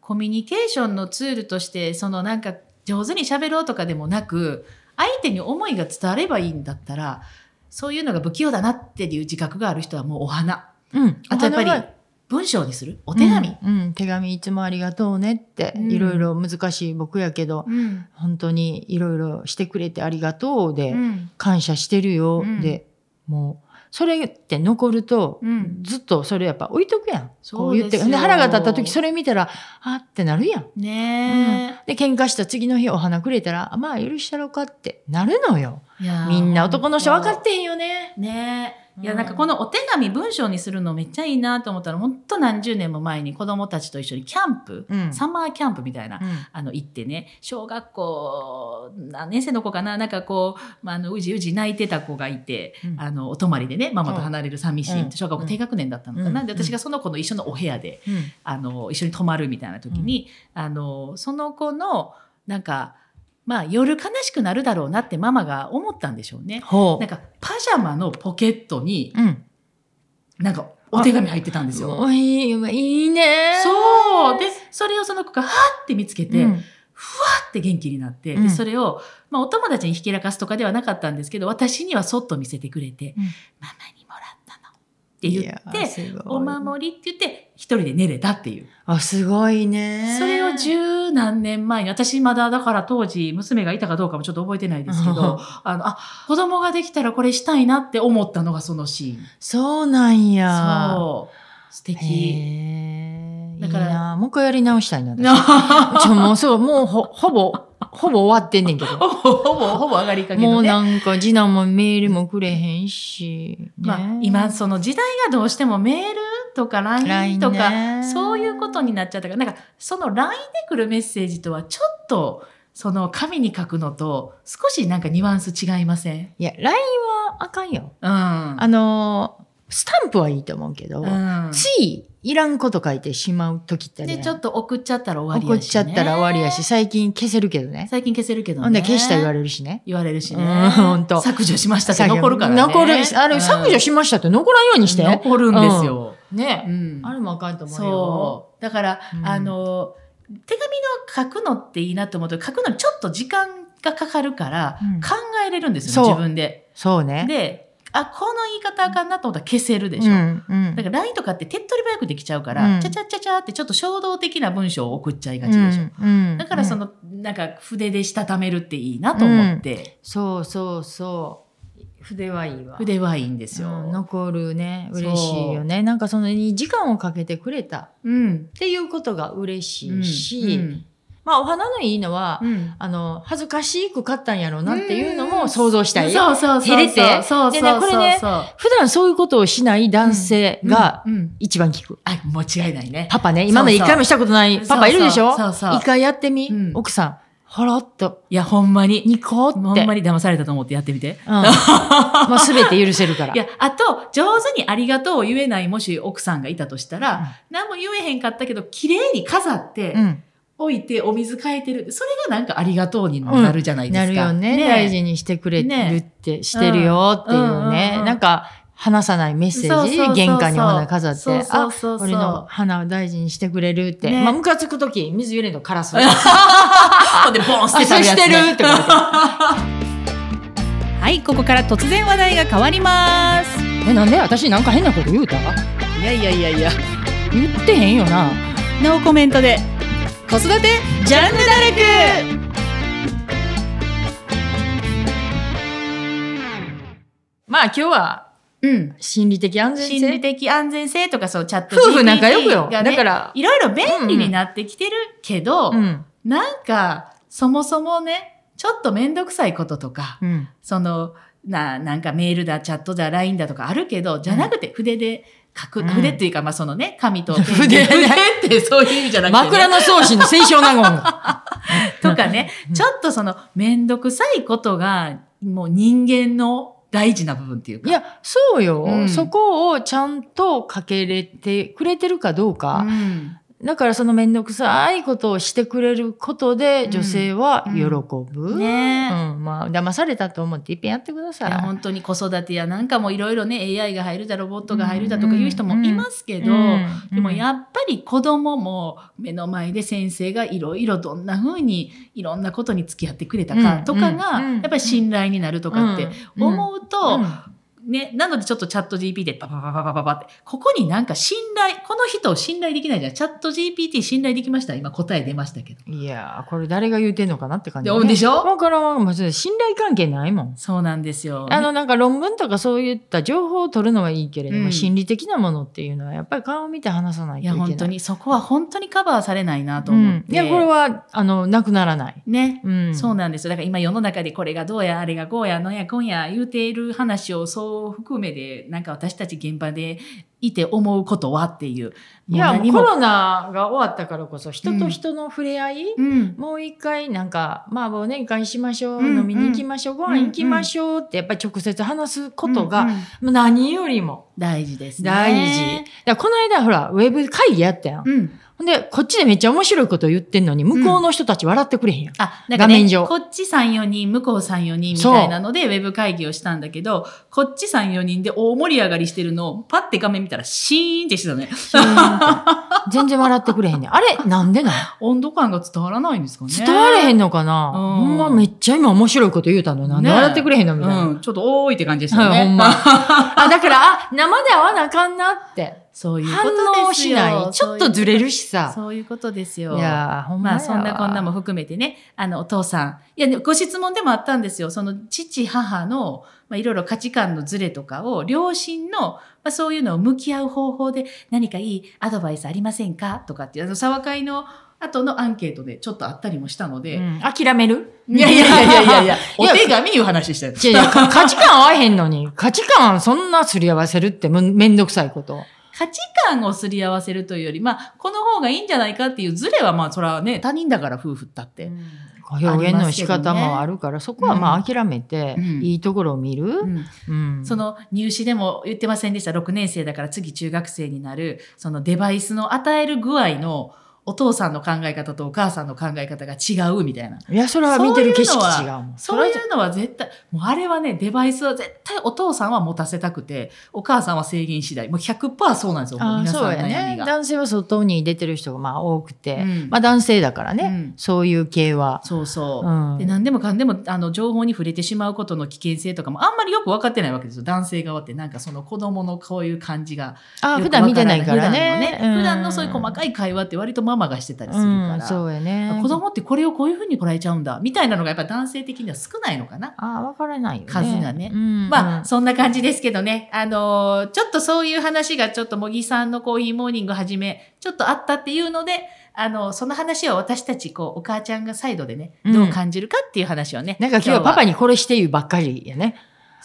Speaker 3: コミュニケーションのツールとして、そのなんか上手に喋ろうとかでもなく、相手に思いが伝わればいいんだったら、そういうのが不器用だなっていう自覚がある人はもうお花。
Speaker 4: うん、
Speaker 3: あとやっぱ
Speaker 4: お花
Speaker 3: り
Speaker 4: は
Speaker 3: 文章にするお手紙。
Speaker 4: うん、うん手紙いつもありがとうねって、
Speaker 3: うん
Speaker 4: いろいろ難しい僕やけど
Speaker 3: うん
Speaker 4: 本当にいろいろしてくれてありがとうで、感謝してるよ、
Speaker 3: うん
Speaker 4: でもうそれって残ると、
Speaker 3: うん
Speaker 4: ずっとそれやっぱ置いとくやんこ
Speaker 3: そう
Speaker 4: う
Speaker 3: です
Speaker 4: 言っ
Speaker 3: よ
Speaker 4: てで腹が立った時それ見たらあってなるやん
Speaker 3: ね
Speaker 4: で喧嘩した次の日お花くれたらあまあ許したろかってなるのよ
Speaker 3: え、いやー
Speaker 4: みんな男の人分か
Speaker 3: 本
Speaker 4: ってへんよね
Speaker 3: 当ねえいや
Speaker 4: うん
Speaker 3: なんかこのお手紙文章にするのめっちゃいいなと思ったらほんと何十年も前に子供たちと一緒にキャンプ、
Speaker 4: うん
Speaker 3: サマーキャンプみたいな
Speaker 4: うん
Speaker 3: あの行ってね小学校何年生の子かななんかこう、まあ、あのうじうじ泣いてた子がいて、
Speaker 4: うん
Speaker 3: あのお泊まりでねママと離れる寂しい、
Speaker 4: うん
Speaker 3: 小学校低学年だったのかな、
Speaker 4: うん
Speaker 3: で私がその子の一緒のお部屋で
Speaker 4: うん
Speaker 3: あの一緒に泊まるみたいな時に、あのその子のなんかまあ夜悲しくなるだろうなってママが思ったんでしょうね。
Speaker 4: ほ
Speaker 3: なんかパジャマのポケットに
Speaker 4: ううん
Speaker 3: なんかお手紙入ってたんですよ。
Speaker 4: おいいいいね
Speaker 3: そうでそれをその子がはーって見つけて、
Speaker 4: う
Speaker 3: ふわ
Speaker 4: ん
Speaker 3: って元気になって、
Speaker 4: う
Speaker 3: で
Speaker 4: ん
Speaker 3: それを、まあ、お友達にひけらかすとかではなかったんですけど私にはそっと見せてくれて「
Speaker 4: うん
Speaker 3: ママにもらったの」って言
Speaker 4: や
Speaker 3: って
Speaker 4: すごい
Speaker 3: 「お守り」って言って一人で寝れたっていう。
Speaker 4: あすごいね
Speaker 3: それを十何年前に、私まだだから当時娘がいたかどうかもちょっと覚えてないですけど、 あの、あ、子供ができたらこれしたいなって思ったのがそのシーン。
Speaker 4: そうなんや
Speaker 3: そう。素敵。
Speaker 4: へえ。だ
Speaker 3: だか
Speaker 4: かららもう一回やり直したいな。 私
Speaker 3: な
Speaker 4: ちょもうそう、もうほほぼ、 ほぼ終わってんねんけど。
Speaker 3: ほぼ、ほぼ上がりかけ
Speaker 4: も
Speaker 3: の
Speaker 4: う
Speaker 3: ね。
Speaker 4: なんか次男もメールもくれへんし。ね
Speaker 3: まあ、今、その時代がどうしてもメールとか LINE とか、
Speaker 4: LINE ね
Speaker 3: そういうことになっちゃったから、なんか、その LINE で来るメッセージとはちょっと、その紙に書くのと少しなんかニュアンス違いません
Speaker 4: いや、LINE はあかんよ。
Speaker 3: うん。
Speaker 4: あのー、スタンプはいいと思うけど、
Speaker 3: うん
Speaker 4: ついいらんこと書いてしまう時ってあるや
Speaker 3: で、
Speaker 4: ん
Speaker 3: ちょっと送っちゃったら終わ
Speaker 4: 怒っ
Speaker 3: りやし、
Speaker 4: ちゃ
Speaker 3: ね。
Speaker 4: ったら終わりやし、。最近消せるけどね。
Speaker 3: 最近消せるけどね。
Speaker 4: ほんで消した言わ
Speaker 3: れる。
Speaker 4: れるしね。
Speaker 3: 言われるしね。
Speaker 4: うんほんと
Speaker 3: 削除しましたって残るからね。
Speaker 4: 残るし、あれ、削除しましたって残らんよう
Speaker 3: ま
Speaker 4: にして。
Speaker 3: 残るんですよ。
Speaker 4: ね。
Speaker 3: うん
Speaker 4: あれもあかんと思うよ。
Speaker 3: そう。だから、
Speaker 4: うん
Speaker 3: あの、手紙の書くのっていいなと思うと、書くのちょっと時間がかかるから、
Speaker 4: うん
Speaker 3: 考えれるんですよ、
Speaker 4: そう
Speaker 3: 自分で。
Speaker 4: そうね。
Speaker 3: で、あ、この言い方あかんなと思ったら消せるでしょ。
Speaker 4: うんうん、
Speaker 3: だから LINE とかって手っ取り早くできちゃうから、
Speaker 4: うん
Speaker 3: ちゃちゃちゃちゃってちょっと衝動的な文章を送っちゃいがちでしょ。
Speaker 4: うんうん
Speaker 3: だからそ
Speaker 4: うん
Speaker 3: の、なんか筆でしたためるっていいなと思って、
Speaker 4: そうそうそう筆はいいわ
Speaker 3: 筆はいいんですよ。
Speaker 4: うん残るね嬉しいよねなんかそのに時間をかけてくれたっ
Speaker 3: うん。
Speaker 4: ていうことが嬉し
Speaker 3: うん
Speaker 4: いし、まあお花のいいのは、
Speaker 3: うん。
Speaker 4: あの恥ずかしく買ったんやろうなっていうのも想像したい、
Speaker 3: そうそうそ
Speaker 4: 照
Speaker 3: う。
Speaker 4: れて
Speaker 3: そうそうそう。
Speaker 4: でねこれね普段そういうことをしない男性が
Speaker 3: うんうん。
Speaker 4: 一番効く、
Speaker 3: あ、間違いないね。
Speaker 4: パパね今まで一回もしたことないパパいるでしょ
Speaker 3: そうそうそうそう
Speaker 4: 一回やってみ、
Speaker 3: うん
Speaker 4: 奥さんほろっと
Speaker 3: いや、ほんまに。
Speaker 4: ニコって
Speaker 3: ほんまに騙されたと思ってやって みて。
Speaker 4: うんもうすべて許せるから。
Speaker 3: いや、あと、上手にありがとうを言えない、もし奥さんがいたとしたら、何も言えへんかったけど、綺麗に飾って
Speaker 4: う、ん、
Speaker 3: 置いて、お水変えてる。それがなんかありがとうにもなるじゃないで
Speaker 4: な
Speaker 3: す
Speaker 4: る
Speaker 3: か。
Speaker 4: よね
Speaker 3: え
Speaker 4: 大事にしてくれるって、してるよっていうね、
Speaker 3: うんうんうん
Speaker 4: なんか話さないメッセ
Speaker 3: そ
Speaker 4: ー
Speaker 3: うそう
Speaker 4: ジ
Speaker 3: そうそう
Speaker 4: 玄関にお花飾って、
Speaker 3: そうそうそう
Speaker 4: あ、
Speaker 3: そう
Speaker 4: 俺の花を大事にしてくれるって。
Speaker 3: ね
Speaker 4: まあ、ムカつくとき、水揺れんとカ ラス。あ、
Speaker 5: こでボン捨てた
Speaker 4: そ
Speaker 5: や
Speaker 4: う
Speaker 5: つ、ね、
Speaker 4: してるってこと。
Speaker 2: はいここから突然話題が変わります
Speaker 4: え、なんで私なんか変なこと言うた
Speaker 2: いやいやいやいや
Speaker 4: 言ってへんよな。
Speaker 2: なおコメントで子育てジャンヌダルク
Speaker 4: まあ今日は
Speaker 3: うん。
Speaker 4: 心理的安全性。
Speaker 3: 心理的安全性とかそうチャット GPT が、ね、
Speaker 4: 夫婦仲良くよ。だから、
Speaker 3: いろいろ便利になってきてるけど、
Speaker 4: うん。
Speaker 3: なんかそもそもねちょっとめんどくさいこととか
Speaker 4: うん。
Speaker 3: そのななんかメールだチャットだ LINE だとかあるけどじゃなくて筆で書く、
Speaker 4: うん
Speaker 3: 筆っていうかまあそのね紙とペン
Speaker 4: 筆
Speaker 3: で筆 ってそういう意味じゃなくて、ね、
Speaker 4: 枕草子の清少納言。
Speaker 3: とかね、
Speaker 4: うん
Speaker 3: ちょっとそのめんどくさいことがもう人間の大事な部分っていうか。
Speaker 4: いや、そうよ、
Speaker 3: うん
Speaker 4: そこをちゃんとかけれてくれてるかどう
Speaker 3: う
Speaker 4: か。
Speaker 3: ん
Speaker 4: だからそのめんどくさいことをしてくれることで
Speaker 3: うん
Speaker 4: 女性は喜ぶ。うん
Speaker 3: ねえ
Speaker 4: まあ、騙されたと思っていっぺんやってくだ
Speaker 3: い
Speaker 4: さい。
Speaker 3: や本当に子育てやなんかもいろいろね AI が入るだロボットが入るだとかいう人もいますけど、
Speaker 4: うん
Speaker 3: でもやっぱり子供も目の前で先生がいろいろどんな風にいろんなことに付き合ってくれた
Speaker 4: う
Speaker 3: か
Speaker 4: ん
Speaker 3: とかが
Speaker 4: うん
Speaker 3: やっぱり信頼になるとかって思う
Speaker 4: うん
Speaker 3: とねなのでちょっとチャット GPT でパパパパパパパってここになんか信頼この人を信頼できないじゃんチャット GPT 信頼できました今答え出ましたけど
Speaker 4: いやーこれ誰が言うてんのかなって感じ、
Speaker 3: ででしょ
Speaker 4: だからんもうそれ信頼関係ないもん。
Speaker 3: そうなんですよ
Speaker 4: あのなんか論文とかそういった情報を取るのはいいけれども、
Speaker 3: うん
Speaker 4: 心理的なものっていうのはやっぱり顔を見て話さない
Speaker 3: い
Speaker 4: といけ
Speaker 3: や
Speaker 4: ない。
Speaker 3: 本当にそこは本当にカバーされないなと思って、
Speaker 4: うん、いやこれはあのなくならない、
Speaker 3: ね
Speaker 4: うん、
Speaker 3: そうなんですよ。だから今世の中でこれがどうや、あれがこうや、なんや、今や言うている話をそう含めて、なんか私たち現場でいて思うことはっていう。
Speaker 4: いやも
Speaker 3: 何
Speaker 4: うコロナが終わったからこそ人と人の触れ合い、
Speaker 3: うん。
Speaker 4: もう一回なんかまあ忘年会しましょう、
Speaker 3: うん
Speaker 4: 飲みに行きましょうご
Speaker 3: うん
Speaker 4: 飯行きましょうってやっぱり直接話すことが、
Speaker 3: うんう
Speaker 4: も
Speaker 3: ん
Speaker 4: う何よりも
Speaker 3: 大事ですね。
Speaker 4: 大事。だからこの間ほらウェブ会議やったやん、
Speaker 3: うん。
Speaker 4: ほんでこっちでめっちゃ面白いこと言ってんのに向こうの人たち笑ってくれへんやん、
Speaker 3: あ、なん
Speaker 4: 画
Speaker 3: かね、
Speaker 4: 面上
Speaker 3: こっち3、4人、向こう3、4人みたいなので、ウェブ会議をしたんだけど、こっち3、4人で大盛り上がりしてるのを、パッて画面見たらシーンってしてたね。
Speaker 4: 全然笑ってくれへんねんあれなんでなん
Speaker 3: 温度感が伝わらないんですかね。
Speaker 4: 伝われへん
Speaker 3: の
Speaker 4: のかな、
Speaker 3: うん
Speaker 4: ほんまめっちゃ今面白いこと言うたのになんで
Speaker 3: ね
Speaker 4: 笑ってくれへんのみたいな、
Speaker 3: うん、ちょっと多いって感じでしたよ
Speaker 4: は
Speaker 3: ね。
Speaker 4: い、ほ んま。あ、だから、あ、生で会わなあかんなって。
Speaker 3: そういうことですよ。
Speaker 4: 反応しない。ちょっとずれるしさ。
Speaker 3: そういうことです
Speaker 4: い
Speaker 3: よ。
Speaker 4: やー、ほんま
Speaker 3: ま
Speaker 4: や
Speaker 3: あ
Speaker 4: わ
Speaker 3: そんなこんなも。含めてね、あのお父さん、いやねご質問でもあったんですよ。その父母のまあいろいろ価値観のズレとかを両親のまあそういうのを向き合う方法で何かいいアドバイスありませんかとかっていうあの沢会の後のアンケートでちょっとあったりもしたの
Speaker 4: う
Speaker 3: で、
Speaker 4: ん、諦める
Speaker 3: いやいやいやいやいやいや
Speaker 4: い
Speaker 3: お
Speaker 4: や
Speaker 3: 手紙いう話したよ。
Speaker 4: 違う違 うか価値観合わへんのに、価値観そんなすり合わせるってむめんどくさいこと。
Speaker 3: 価値観をすり合わせるというより、まあこの方がいいんじゃないかっていうズレはまあそれはね他人だから夫婦だって。
Speaker 4: 表現の仕方もあるから、そこはま
Speaker 3: う
Speaker 4: あ
Speaker 3: ん
Speaker 4: 諦めて、
Speaker 3: うん
Speaker 4: いいところを見る。
Speaker 3: うん
Speaker 4: うん
Speaker 3: その入試でも言ってませんでした6年生だから次中学生になるそのデバイスの与える具合のお父さんの考え方とお母さんの考え方が違うみたいない
Speaker 4: や、それは見てる景色違うもん。
Speaker 3: そういうのは絶対もうあれはねデバイスは絶対お父さんは持たせたくてお母さんは制限次第もう100%そうなんですよもう
Speaker 4: あ
Speaker 3: 皆さん
Speaker 4: そう
Speaker 3: の
Speaker 4: や
Speaker 3: 悩み
Speaker 4: ね。
Speaker 3: が。
Speaker 4: 男性は外に出てる人がまあ多くて、
Speaker 3: うん
Speaker 4: まあ男性だからね、
Speaker 3: うん
Speaker 4: そういう系は。
Speaker 3: そうそう、
Speaker 4: うん
Speaker 3: で何でもかんでもあの情報に触れてしまうことの危険性とかもあんまりよく分かってないわけですよ男性側ってなんかその子供のこういう感じが
Speaker 4: あ
Speaker 3: よ
Speaker 4: 普
Speaker 3: くわ
Speaker 4: 段見て
Speaker 3: ら
Speaker 4: ないからね
Speaker 3: 普。段の,、普段のそういう細
Speaker 4: い
Speaker 3: かい会話って割とママがしてたりする
Speaker 4: う
Speaker 3: か
Speaker 4: ん、
Speaker 3: ら、
Speaker 4: そうやね。
Speaker 3: 子供ってこれをこういうふうに捉えちゃうんだみたいなのがやっぱ男性的には少ないのかな。
Speaker 4: あ分からないよね。
Speaker 3: 数がね
Speaker 4: うん
Speaker 3: まあ、
Speaker 4: うん
Speaker 3: そんな感じですけどね。あのーちょっとそういう話がちょっと茂木さんのコーヒーモーニングはじめ、ちょっとあったっていうので、あのその話を私たち、こう、お母ちゃんがサイドでね、
Speaker 4: うん
Speaker 3: どう感じるかっていう話をね。
Speaker 4: なんか今日はパパ
Speaker 3: に、
Speaker 4: にこれして言うばっかりやね。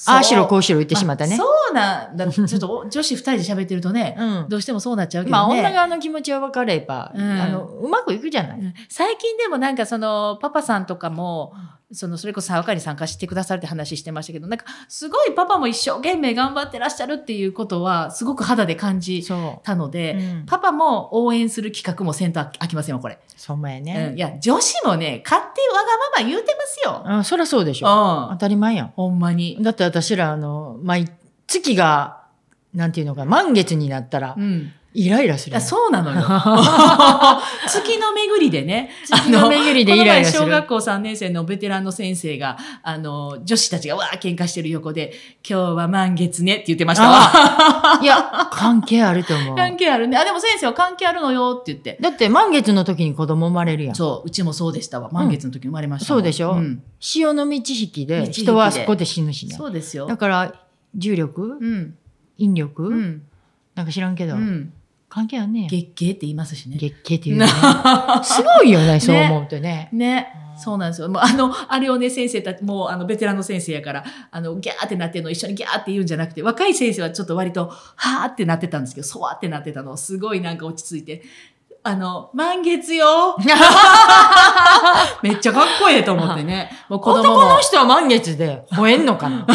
Speaker 4: ああしろこ
Speaker 3: う
Speaker 4: うしろ言ってしまったね。
Speaker 3: そうなんだ。ちょっとお女子二人で喋ってるとね、
Speaker 4: うん
Speaker 3: どうしてもそうなっちゃうけどね。
Speaker 4: まあ女側の気持ちは分かれば、
Speaker 3: うん
Speaker 4: あのうまくいくじゃない。
Speaker 3: 最近でもなんかそのパパさんとかもそのそれこそ沢会に参加してくださるって話してましたけどなんかすごいパパも一生懸命頑張ってらっしゃるっていうことはすごく肌で感じ
Speaker 4: そ
Speaker 3: たの
Speaker 4: う。
Speaker 3: で、
Speaker 4: うん
Speaker 3: パパも応援する企画もせんとあきませんよこれ、
Speaker 4: そうもや
Speaker 3: うん
Speaker 4: ね。
Speaker 3: いや女子もね勝手わがまま言うてますよ、
Speaker 4: あそりゃそうでし
Speaker 3: う
Speaker 4: ょ。
Speaker 3: ん
Speaker 4: 当たり前やん。
Speaker 3: ほんまに
Speaker 4: だって私らあの毎月がなんていうのか、満月になったら
Speaker 3: う、ん、
Speaker 4: イライラす
Speaker 3: い
Speaker 4: る
Speaker 3: や
Speaker 4: の。
Speaker 3: そうなの よ月の巡りでね
Speaker 4: 月の巡りでイライラする
Speaker 3: この前小学校3年生のベテランの先生があの女子たちがわー喧嘩してる横で「今日は満月ね」って言ってましたわ
Speaker 4: いや、関係あると思う。
Speaker 3: 関係あるねあでも先生は関係あるのよって言って
Speaker 4: だって満月の時に子供生まれるやん。
Speaker 3: そううちもそうでしたわ満月の時生まれましたもん、
Speaker 4: そうでしょ
Speaker 3: ん
Speaker 4: 潮の満ち引きで
Speaker 3: 満ち引きで
Speaker 4: 人はそこで死ぬしね。
Speaker 3: そうですよ
Speaker 4: だから重力、
Speaker 3: うん
Speaker 4: 引力、
Speaker 3: うん
Speaker 4: なんか知らんけ
Speaker 3: う
Speaker 4: ど、
Speaker 3: ん
Speaker 4: 関係あんねや
Speaker 3: 月経って言いますしね
Speaker 4: 月経っていうのね。すごいよ ね、そう思うとね。
Speaker 3: ねそうなんですよ。もうあ の、あれをね、先生たち、もうあの、ベテランの先生やから、あの、ギャーってなってるのを一緒にギャーって言うんじゃなくて、若い先生はちょっと割と、はーってなってたんですけど、そわーってなってたのを、すごいなんか落ち着いて、あの、満月よめっちゃかっこいいと思ってね。もう子供
Speaker 4: 男
Speaker 3: も
Speaker 4: の。人は満月で吠えんのかな
Speaker 3: で、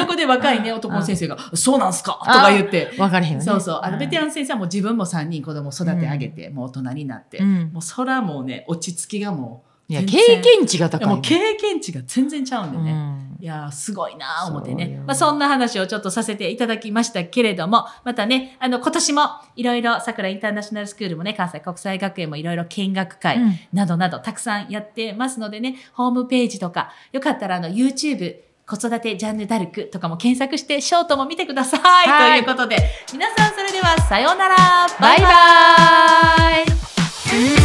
Speaker 3: 横で若いね、男の先生が、そうなんすかとか言って。
Speaker 4: わかれへんよね。
Speaker 3: そうそう。あの、ベテラ
Speaker 4: ン。
Speaker 3: ンの先生はもう自分も3人子供育て上げて、もう大人になって、
Speaker 4: うん
Speaker 3: もうそらもうね、落ち着きがもう、
Speaker 4: いや、
Speaker 3: 全
Speaker 4: 経
Speaker 3: 然
Speaker 4: 験値が
Speaker 3: い
Speaker 4: 高
Speaker 3: や
Speaker 4: い
Speaker 3: も
Speaker 4: よ。
Speaker 3: う経験値が全然ちゃうんで
Speaker 4: う
Speaker 3: ね。
Speaker 4: ん
Speaker 3: いやーすごいなー思って
Speaker 4: そう
Speaker 3: ね
Speaker 4: よ。
Speaker 3: まあそんな話をちょっとさせていただきましたけれども、またね、あの今年もいろいろ桜インターナショナルスクールもね、関西国際学園もいろいろ見学会
Speaker 4: うん
Speaker 3: などなどたくさんやってますのでね、ホームページとか、よかったらあの YouTube、子育てジャンヌダルクとかも検索してショートも見てくださ
Speaker 4: はい
Speaker 3: い。ということで、皆さんそれではさようならバイバイ
Speaker 4: バイバーイ